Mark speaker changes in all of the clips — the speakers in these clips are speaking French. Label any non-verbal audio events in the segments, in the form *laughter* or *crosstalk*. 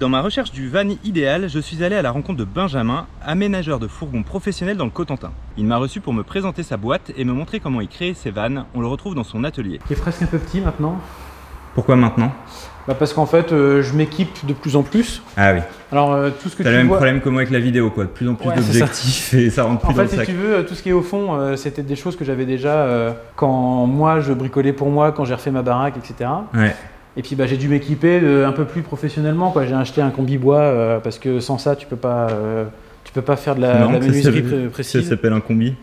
Speaker 1: Dans ma recherche du van idéal, je suis allé à la rencontre de Benjamin, aménageur de fourgons professionnel dans le Cotentin. Il m'a reçu pour me présenter sa boîte et me montrer comment il créait ses vannes. On le retrouve dans son atelier.
Speaker 2: qui est presque un peu petit maintenant.
Speaker 1: Pourquoi maintenant
Speaker 2: Bah parce qu'en fait, euh, je m'équipe de plus en plus.
Speaker 1: Ah oui,
Speaker 2: Alors, euh, tout ce que
Speaker 1: t'as
Speaker 2: tu
Speaker 1: le même
Speaker 2: vois...
Speaker 1: problème que moi avec la vidéo, quoi. De plus en plus
Speaker 2: Ouais, c'est ça.
Speaker 1: d'objectifs *laughs* et ça rentre plus
Speaker 2: En
Speaker 1: dans
Speaker 2: fait,
Speaker 1: le
Speaker 2: si
Speaker 1: sac.
Speaker 2: tu veux, euh, tout ce qui est au fond, euh, c'était des choses que j'avais déjà euh, quand moi, je bricolais pour moi, quand j'ai refait ma baraque, etc.
Speaker 1: Ouais.
Speaker 2: Et puis, bah, j'ai dû m'équiper euh, un peu plus professionnellement. quoi. J'ai acheté un combi bois euh, parce que sans ça, tu peux pas, euh, tu peux pas faire de la,
Speaker 1: Non,
Speaker 2: de la
Speaker 1: ça
Speaker 2: menuiserie
Speaker 1: s'appelle-
Speaker 2: pré-
Speaker 1: Ça
Speaker 2: précise.
Speaker 1: s'appelle un combi.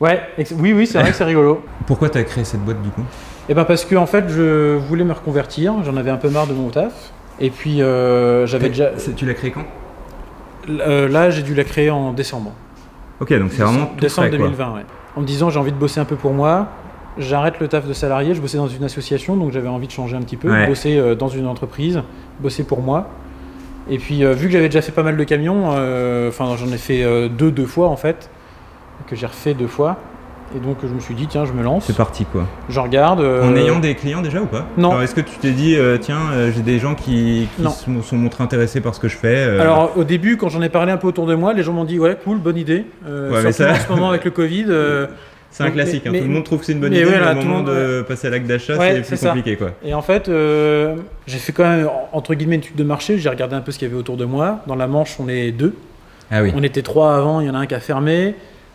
Speaker 2: Ouais, ex- oui, oui, c'est vrai que
Speaker 1: *laughs*
Speaker 2: c'est rigolo.
Speaker 1: Pourquoi t'as créé cette boîte du coup
Speaker 2: Eh ben parce que en fait je voulais me reconvertir, j'en avais un peu marre de mon taf. Et puis euh, j'avais déjà.
Speaker 1: C'est- Tu l'as créé quand
Speaker 2: euh, là j'ai dû la créer en décembre.
Speaker 1: Ok, donc c'est vraiment tout
Speaker 2: Décembre
Speaker 1: frais, quoi.
Speaker 2: 2020, ouais. En me disant j'ai envie de bosser un peu pour moi. J'arrête le taf de salarié, je bossais dans une association, donc j'avais envie de changer un petit peu,
Speaker 1: Ouais.
Speaker 2: bosser euh, dans une entreprise, bosser pour moi. Et puis euh, vu que j'avais déjà fait pas mal de camions, euh, enfin j'en ai fait euh, deux deux fois en fait, que j'ai refait deux fois. Et donc je me suis dit tiens je me lance,
Speaker 1: C'est parti quoi.
Speaker 2: je regarde.
Speaker 1: En
Speaker 2: euh,
Speaker 1: ayant des clients déjà ou pas
Speaker 2: non.
Speaker 1: Alors, Est-ce que tu t'es dit, euh, tiens, euh, j'ai des gens qui, qui
Speaker 2: Non.
Speaker 1: se sont montrés intéressés par ce que je fais euh,
Speaker 2: Alors au début, quand j'en ai parlé un peu autour de moi, les gens m'ont dit ouais cool, bonne idée. Euh,
Speaker 1: Ouais, mais
Speaker 2: surtout
Speaker 1: ça-
Speaker 2: en ce
Speaker 1: *laughs*
Speaker 2: moment avec le Covid. euh,
Speaker 1: C'est un
Speaker 2: mais-
Speaker 1: classique, hein,
Speaker 2: mais-
Speaker 1: tout le monde trouve que c'est une bonne
Speaker 2: mais
Speaker 1: idée,
Speaker 2: voilà,
Speaker 1: mais au
Speaker 2: tout le
Speaker 1: moment
Speaker 2: monde, euh,
Speaker 1: de passer à l'acte d'achat,
Speaker 2: Ouais,
Speaker 1: c'est
Speaker 2: c'est
Speaker 1: plus
Speaker 2: ça.
Speaker 1: compliqué quoi.
Speaker 2: et en fait, euh, j'ai fait quand même entre guillemets une étude de marché. J'ai regardé un peu ce qu'il y avait autour de moi. Dans la Manche, on est deux.
Speaker 1: Ah oui.
Speaker 2: On était trois avant. Il y en a un qui a fermé.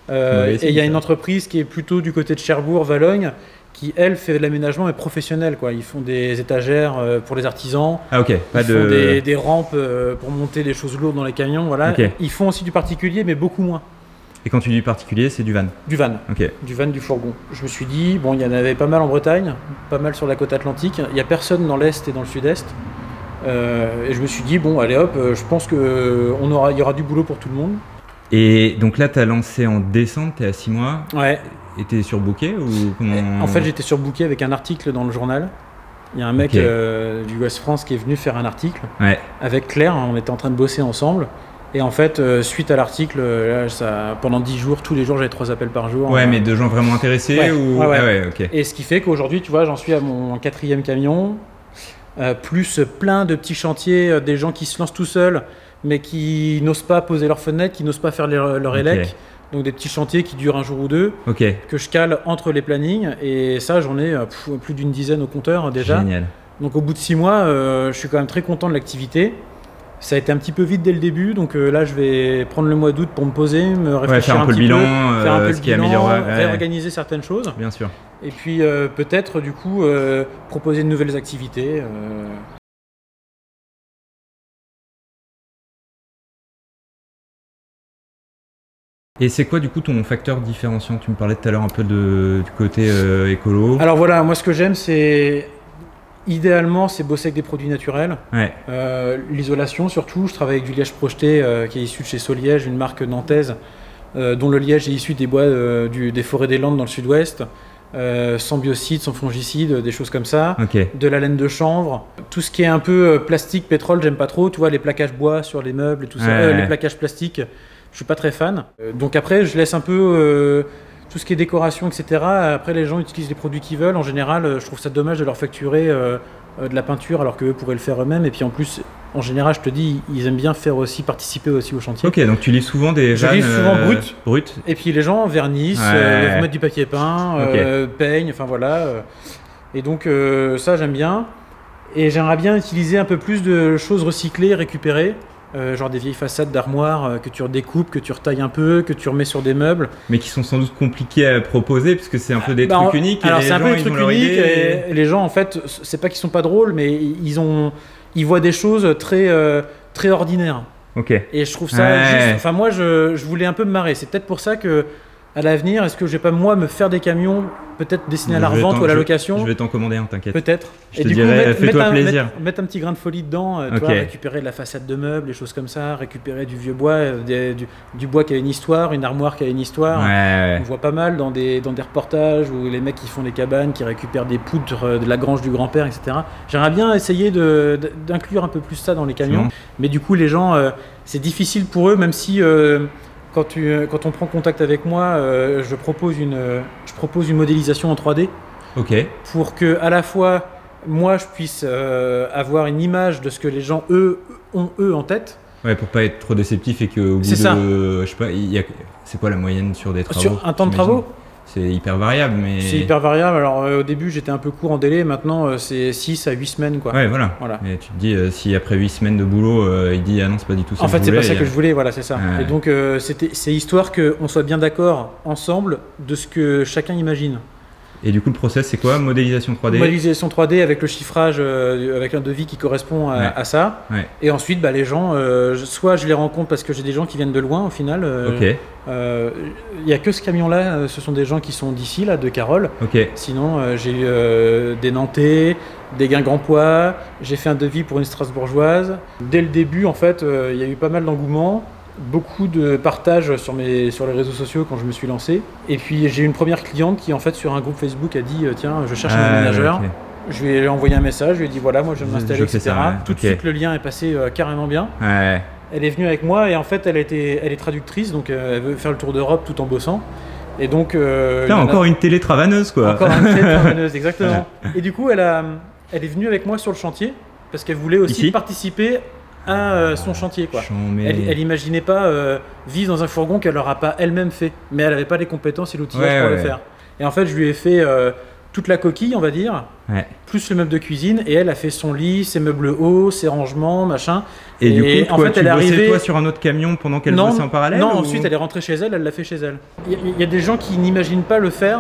Speaker 2: Euh,
Speaker 1: Mauvais
Speaker 2: et il y a
Speaker 1: signe,
Speaker 2: une
Speaker 1: ça.
Speaker 2: entreprise qui est plutôt du côté de Cherbourg, Valogne, qui elle fait de l'aménagement mais professionnel quoi. Ils font des étagères euh, pour les artisans.
Speaker 1: Ah ok, pas
Speaker 2: ils
Speaker 1: de.
Speaker 2: font des, des rampes euh, pour monter des choses lourdes dans les camions. Voilà.
Speaker 1: Ok.
Speaker 2: Ils font aussi du particulier, mais beaucoup moins.
Speaker 1: Et quand tu dis particulier, c'est du van.
Speaker 2: Du van.
Speaker 1: Ok.
Speaker 2: du van du fourgon. Je me suis dit, bon, il y en avait pas mal en Bretagne, pas mal sur la côte atlantique, il n'y a personne dans l'Est et dans le Sud-Est. Euh, et je me suis dit, bon, allez hop, euh, je pense qu'il aura, il y aura du boulot pour tout le monde.
Speaker 1: Et donc là, t'as lancé en décembre, t'es à 6 mois,
Speaker 2: Ouais.
Speaker 1: et t'es surbooké ou comment
Speaker 2: Eh, En fait, j'étais surbooké avec un article dans le journal. Il y a un mec
Speaker 1: Hmm. Ok.
Speaker 2: euh, du West France qui est venu faire un article
Speaker 1: Ouais.
Speaker 2: avec Claire, hein, on était en train de bosser ensemble. Et en fait, euh, suite à l'article, euh, là, ça- pendant 10 jours, tous les jours, j'avais trois appels par jour.
Speaker 1: Ouais,
Speaker 2: Euh,
Speaker 1: mais de gens vraiment intéressés
Speaker 2: Ouais,
Speaker 1: ou.
Speaker 2: ouais, ouais.
Speaker 1: Ah ouais, ok.
Speaker 2: Et ce qui fait qu'aujourd'hui, tu vois, j'en suis à mon quatrième camion, euh, plus plein de petits chantiers, euh, des gens qui se lancent tout seuls, mais qui n'osent pas poser leurs fenêtres, qui n'osent pas faire leur, leur
Speaker 1: Ok.
Speaker 2: élec. Donc des petits chantiers qui durent un jour ou deux,
Speaker 1: Ok.
Speaker 2: que je cale entre les plannings. Et ça, j'en ai euh, pff, plus d'une dizaine au compteur euh, déjà.
Speaker 1: Génial.
Speaker 2: Donc au bout de six mois, euh, je suis quand même très content de l'activité. Ça a été un petit peu vite dès le début, donc euh, là je vais prendre le mois d'août pour me poser, me
Speaker 1: Ouais,
Speaker 2: réfléchir
Speaker 1: faire un, peu le
Speaker 2: petit
Speaker 1: bilan,
Speaker 2: faire un
Speaker 1: euh,
Speaker 2: peu
Speaker 1: ce
Speaker 2: le
Speaker 1: qui est
Speaker 2: bilan,
Speaker 1: amélioré. ouais,
Speaker 2: réorganiser certaines choses.
Speaker 1: Bien sûr.
Speaker 2: Et puis euh, peut-être du coup euh, proposer de nouvelles activités. euh.
Speaker 1: Et c'est quoi du coup ton facteur différenciant Tu me parlais tout à l'heure un peu de, du côté euh, écolo.
Speaker 2: Alors voilà, moi ce que j'aime c'est idéalement c'est bosser avec des produits naturels.
Speaker 1: ouais,
Speaker 2: Euh, L'isolation surtout, je travaille avec du liège projeté euh, qui est issu de chez Soliège, une marque nantaise euh, dont le liège est issu des bois euh, du- des forêts des Landes dans le sud-ouest, euh, sans biocides, sans fongicides, euh, des choses comme ça.
Speaker 1: ok.
Speaker 2: De la laine de chanvre, tout ce qui est un peu euh, plastique, pétrole, j'aime pas trop. Tu vois, les plaquages bois sur les meubles et tout ça,
Speaker 1: Ouais,
Speaker 2: euh,
Speaker 1: ouais.
Speaker 2: les plaquages plastiques, je suis pas très fan. Euh, donc après, je laisse un peu euh, tout ce qui est décoration, etc. Après, les gens utilisent les produits qu'ils veulent. En général, euh, je trouve ça dommage de leur facturer euh, euh, de la peinture alors qu'eux pourraient le faire eux-mêmes. Et puis en plus, en général, je te dis, ils aiment bien faire aussi, participer aussi au chantier.
Speaker 1: Ok, donc tu lis souvent des
Speaker 2: Je
Speaker 1: vannes,
Speaker 2: lis souvent
Speaker 1: euh,
Speaker 2: brutes.
Speaker 1: brutes.
Speaker 2: Et puis les gens vernissent,
Speaker 1: Ouais.
Speaker 2: euh, remettent du papier peint, euh, peignent, enfin voilà. euh. Et donc euh, ça j'aime bien. Et j'aimerais bien utiliser un peu plus de choses recyclées, récupérées, euh, genre des vieilles façades d'armoires euh, que tu redécoupes, que tu retailles un peu, que tu remets sur des meubles.
Speaker 1: mais qui sont sans doute compliqués à proposer puisque c'est un peu des
Speaker 2: Bah,
Speaker 1: trucs
Speaker 2: en-
Speaker 1: uniques. et
Speaker 2: Alors
Speaker 1: les
Speaker 2: c'est un peu
Speaker 1: gens,
Speaker 2: des
Speaker 1: ils
Speaker 2: trucs
Speaker 1: ont leur
Speaker 2: uniques.
Speaker 1: idée.
Speaker 2: Et les gens en fait, c'est pas qu'ils sont pas drôles, mais ils ont, ils voient des choses très, euh, très ordinaires.
Speaker 1: Ok.
Speaker 2: Et je trouve ça
Speaker 1: Ouais.
Speaker 2: juste. Enfin, moi, je, je voulais un peu me marrer. C'est peut-être pour ça que, à l'avenir, est-ce que je vais pas moi me faire des camions, peut-être destinés à la
Speaker 1: Je vais
Speaker 2: revente
Speaker 1: t'en-
Speaker 2: ou à la
Speaker 1: je-
Speaker 2: location
Speaker 1: Je vais t'en commander un, t'inquiète.
Speaker 2: Peut-être.
Speaker 1: Je te dirais, fais-toi
Speaker 2: un,
Speaker 1: plaisir.
Speaker 2: mettre- mettre un petit grain de folie dedans, euh, tu
Speaker 1: Ok.
Speaker 2: vois, récupérer de la façade de meubles, des choses comme ça, récupérer du vieux bois, euh, des- du, du bois qui a une histoire, une armoire qui a une histoire.
Speaker 1: Ouais,
Speaker 2: On voit pas mal dans des, dans des reportages où les mecs qui font des cabanes, qui récupèrent des poutres euh, de la grange du grand-père, etc. J'aimerais bien essayer de- de- d'inclure un peu plus ça dans les camions.
Speaker 1: Absolument.
Speaker 2: Mais du coup, les gens, euh, c'est difficile pour eux, même si euh, quand, tu, euh, quand on prend contact avec moi, euh, je, propose une, euh, je propose une modélisation en 3D
Speaker 1: ok.
Speaker 2: pour que à la fois moi je puisse euh, avoir une image de ce que les gens eux ont eux en tête.
Speaker 1: Ouais, pour pas être trop déceptif et qu'au bout
Speaker 2: C'est ça.
Speaker 1: de. Je sais pas, il y a- c'est quoi la moyenne sur des travaux
Speaker 2: Sur un temps de
Speaker 1: t'imagines
Speaker 2: travaux,
Speaker 1: C'est hyper variable, mais.
Speaker 2: c'est hyper variable. Alors euh, au début, j'étais un peu court en délai, maintenant euh, c'est 6 à 8 semaines quoi.
Speaker 1: Ouais, voilà.
Speaker 2: Voilà.
Speaker 1: Mais tu te dis, euh, si après 8 semaines de boulot, euh, il dit, ah non, c'est pas du tout ça
Speaker 2: En
Speaker 1: que
Speaker 2: fait,
Speaker 1: je
Speaker 2: c'est pas
Speaker 1: voulais, euh.
Speaker 2: ça
Speaker 1: et,
Speaker 2: que je voulais, voilà, c'est ça.
Speaker 1: Ouais.
Speaker 2: Et donc, euh, c'était- c'est histoire qu'on soit bien d'accord ensemble de ce que chacun imagine.
Speaker 1: Et du coup, le process, c'est quoi Modélisation 3D
Speaker 2: Modélisation 3D avec le chiffrage, euh, avec un devis qui correspond à,
Speaker 1: Ouais.
Speaker 2: à ça.
Speaker 1: Ouais.
Speaker 2: Et ensuite, bah, les gens, euh, je- soit je les rencontre parce que j'ai des gens qui viennent de loin au final. euh,
Speaker 1: Ok,
Speaker 2: euh, Il n'y a que ce camion-là, euh, ce sont des gens qui sont d'ici, là, de Carole.
Speaker 1: ok.
Speaker 2: Sinon, euh, j'ai eu euh, des Nantais, des Guingampois, j'ai fait un devis pour une Strasbourgeoise. Dès le début, en fait, euh, il y a eu pas mal d'engouement, beaucoup de partages sur, mes, sur les réseaux sociaux quand je me suis lancé. Et puis, j'ai eu une première cliente qui, en fait, sur un groupe Facebook, a dit euh, Tiens, je cherche un
Speaker 1: Ah,
Speaker 2: ménageur.
Speaker 1: ok.
Speaker 2: Je lui ai envoyé un message, je lui ai dit Voilà, moi, je vais
Speaker 1: Je-
Speaker 2: m'installer,
Speaker 1: je fais
Speaker 2: etc.
Speaker 1: ça, ouais.
Speaker 2: Tout
Speaker 1: Ok.
Speaker 2: de suite, le lien est passé euh, carrément bien.
Speaker 1: Ouais.
Speaker 2: Elle est venue avec moi et en fait, elle, a été- elle est traductrice, donc euh, elle veut faire le tour d'Europe tout en bossant. Et donc. euh,
Speaker 1: Putain,
Speaker 2: il y en a-
Speaker 1: encore une télétravaneuse, quoi.
Speaker 2: encore un
Speaker 1: *laughs*
Speaker 2: pied de travailleuse, exactement. Et du coup, elle, a, elle est venue avec moi sur le chantier parce qu'elle voulait aussi
Speaker 1: Ici
Speaker 2: participer à euh, son chantier. Quoi.
Speaker 1: Chambé.
Speaker 2: Elle, elle imaginait pas euh, vivre dans un fourgon qu'elle n'aura pas elle-même fait, mais elle n'avait pas les compétences et l'outillage
Speaker 1: Ouais,
Speaker 2: pour le
Speaker 1: ouais.
Speaker 2: faire. Et en fait, je lui ai fait euh, toute la coquille, on va dire,
Speaker 1: Ouais.
Speaker 2: plus le meuble de cuisine, et elle a fait son lit, ses meubles hauts, ses rangements, machin.
Speaker 1: Et du
Speaker 2: Et
Speaker 1: coup,
Speaker 2: en
Speaker 1: toi,
Speaker 2: fait,
Speaker 1: tu
Speaker 2: elle est
Speaker 1: bossais,
Speaker 2: arrivée-
Speaker 1: toi sur un autre camion pendant qu'elle bossait en parallèle
Speaker 2: Non,
Speaker 1: ou-
Speaker 2: ensuite elle est rentrée chez elle, elle l'a fait chez elle. Il y, il y a des gens qui n'imaginent pas le faire,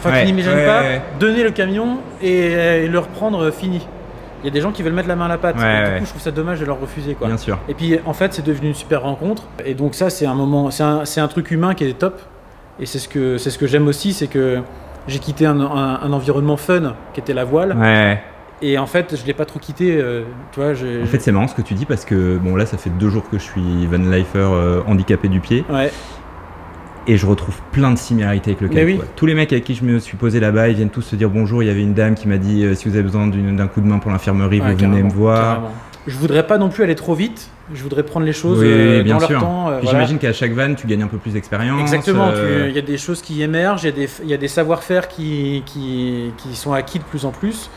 Speaker 2: enfin
Speaker 1: Ouais,
Speaker 2: qui n'imaginent
Speaker 1: ouais,
Speaker 2: pas
Speaker 1: ouais.
Speaker 2: donner le camion et, euh, et le reprendre euh, fini. Il y a des gens qui veulent mettre la main à la pâte.
Speaker 1: Ouais,
Speaker 2: Et Du
Speaker 1: ouais.
Speaker 2: coup, je trouve ça dommage de leur refuser quoi.
Speaker 1: Bien sûr.
Speaker 2: Et puis en fait, c'est devenu une super rencontre. Et donc ça, c'est un moment, c'est un, c'est un truc humain qui est top. Et c'est ce que c'est ce que j'aime aussi, c'est que j'ai quitté un, un- un environnement fun qui était la voile.
Speaker 1: Ouais.
Speaker 2: Et en fait, je l'ai pas trop quitté. euh, tu vois, j'ai-
Speaker 1: En fait, c'est marrant ce que tu dis parce que bon, là, ça fait deux jours que je suis van lifer euh, handicapé du pied
Speaker 2: ouais.
Speaker 1: et je retrouve plein de similarités avec le
Speaker 2: Mais
Speaker 1: kayak.
Speaker 2: oui.
Speaker 1: quoi. Tous les mecs avec qui je me suis posé là-bas, ils viennent tous se dire bonjour. Il y avait une dame qui m'a dit euh, si vous avez besoin d'une- d'un coup de main pour l'infirmerie,
Speaker 2: Ouais,
Speaker 1: vous venez me
Speaker 2: carrément,
Speaker 1: voir.
Speaker 2: carrément. Je voudrais pas non plus aller trop vite. Je voudrais prendre les choses
Speaker 1: Oui,
Speaker 2: euh,
Speaker 1: bien
Speaker 2: dans leur
Speaker 1: sûr.
Speaker 2: temps. euh,
Speaker 1: Puis
Speaker 2: voilà.
Speaker 1: J'imagine qu'à chaque van, tu gagnes un peu plus d'expérience.
Speaker 2: Exactement. tu- Il
Speaker 1: euh,
Speaker 2: y a des choses qui émergent, il y a des, il y a des savoir-faire qui, qui, qui sont acquis de plus en plus.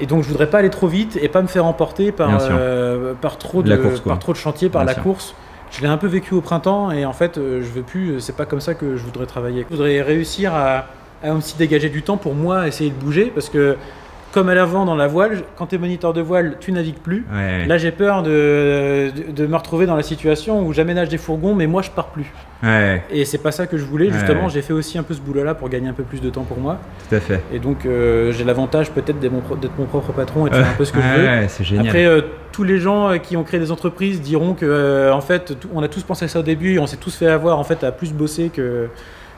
Speaker 2: Et donc, je voudrais pas aller trop vite et pas me faire emporter par,
Speaker 1: Bien sûr.
Speaker 2: euh, par, trop, de,
Speaker 1: La course, quoi.
Speaker 2: par trop de chantiers, par
Speaker 1: Bien
Speaker 2: la
Speaker 1: sûr.
Speaker 2: course. Je l'ai un peu vécu au printemps et en fait, euh, je veux plus. euh, C'est pas comme ça que je voudrais travailler. Je voudrais réussir à, à aussi dégager du temps pour moi, essayer de bouger parce que, comme à l'avant dans la voile, quand tu es moniteur de voile, tu navigues plus.
Speaker 1: ouais,
Speaker 2: Là, j'ai peur de, de, de me retrouver dans la situation où j'aménage des fourgons, mais moi, je pars plus.
Speaker 1: ouais,
Speaker 2: Et c'est pas ça que je voulais. Justement,
Speaker 1: Ouais.
Speaker 2: j'ai fait aussi un peu ce boulot-là pour gagner un peu plus de temps pour moi.
Speaker 1: tout à fait.
Speaker 2: Et donc, euh, j'ai l'avantage peut-être d'être mon, pro- d'être mon propre patron et de faire un peu ce que je veux.
Speaker 1: Ouais, c'est génial.
Speaker 2: Après, euh, tous les gens euh, qui ont créé des entreprises diront que, euh, en fait, tout- on a tous pensé à ça au début et on s'est tous fait avoir, en fait, à plus bosser que,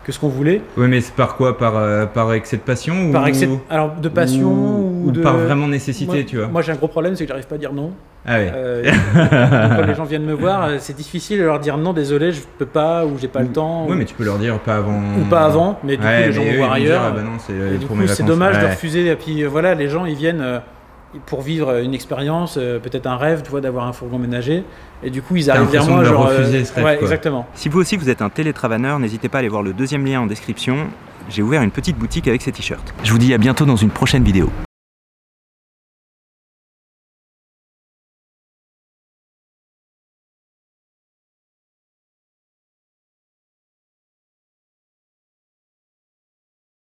Speaker 2: que ce qu'on voulait.
Speaker 1: Ouais, mais c'est par quoi par, euh, par excès de passion ou...
Speaker 2: Par excès, de- alors, de passion ou,
Speaker 1: ou,
Speaker 2: de.
Speaker 1: par vraiment nécessité,
Speaker 2: moi,
Speaker 1: tu vois.
Speaker 2: Moi, j'ai un gros problème, c'est que j'arrive pas à dire non.
Speaker 1: ah ouais.
Speaker 2: Euh,
Speaker 1: *laughs*
Speaker 2: donc, quand les gens viennent me voir, euh, c'est difficile de leur dire non, désolé, je peux pas ou j'ai pas le temps.
Speaker 1: Ouais,
Speaker 2: ou-
Speaker 1: mais tu peux leur dire pas avant.
Speaker 2: ou pas avant, mais du coup
Speaker 1: Ouais,
Speaker 2: les gens
Speaker 1: mais
Speaker 2: vont
Speaker 1: eux,
Speaker 2: voir
Speaker 1: ils vont dire,
Speaker 2: ailleurs.
Speaker 1: ah bah non, c'est
Speaker 2: Et
Speaker 1: pour
Speaker 2: du
Speaker 1: mes
Speaker 2: coup, c'est
Speaker 1: vacances.
Speaker 2: dommage de
Speaker 1: Ouais.
Speaker 2: refuser. Et puis euh, voilà, les gens ils viennent euh, pour vivre une expérience, euh, peut-être un rêve, tu vois, d'avoir un fourgon ménager. Et du coup, ils arrivent vers
Speaker 1: l'impression
Speaker 2: moi
Speaker 1: de leur
Speaker 2: genre. euh,
Speaker 1: refuser ce rêve,
Speaker 2: ouais,
Speaker 1: quoi.
Speaker 2: exactement.
Speaker 3: Si vous aussi vous êtes un télétravaneur, n'hésitez pas à aller voir le deuxième lien en description. J'ai ouvert une petite boutique avec ces t-shirts. Je vous dis à bientôt dans une prochaine vidéo.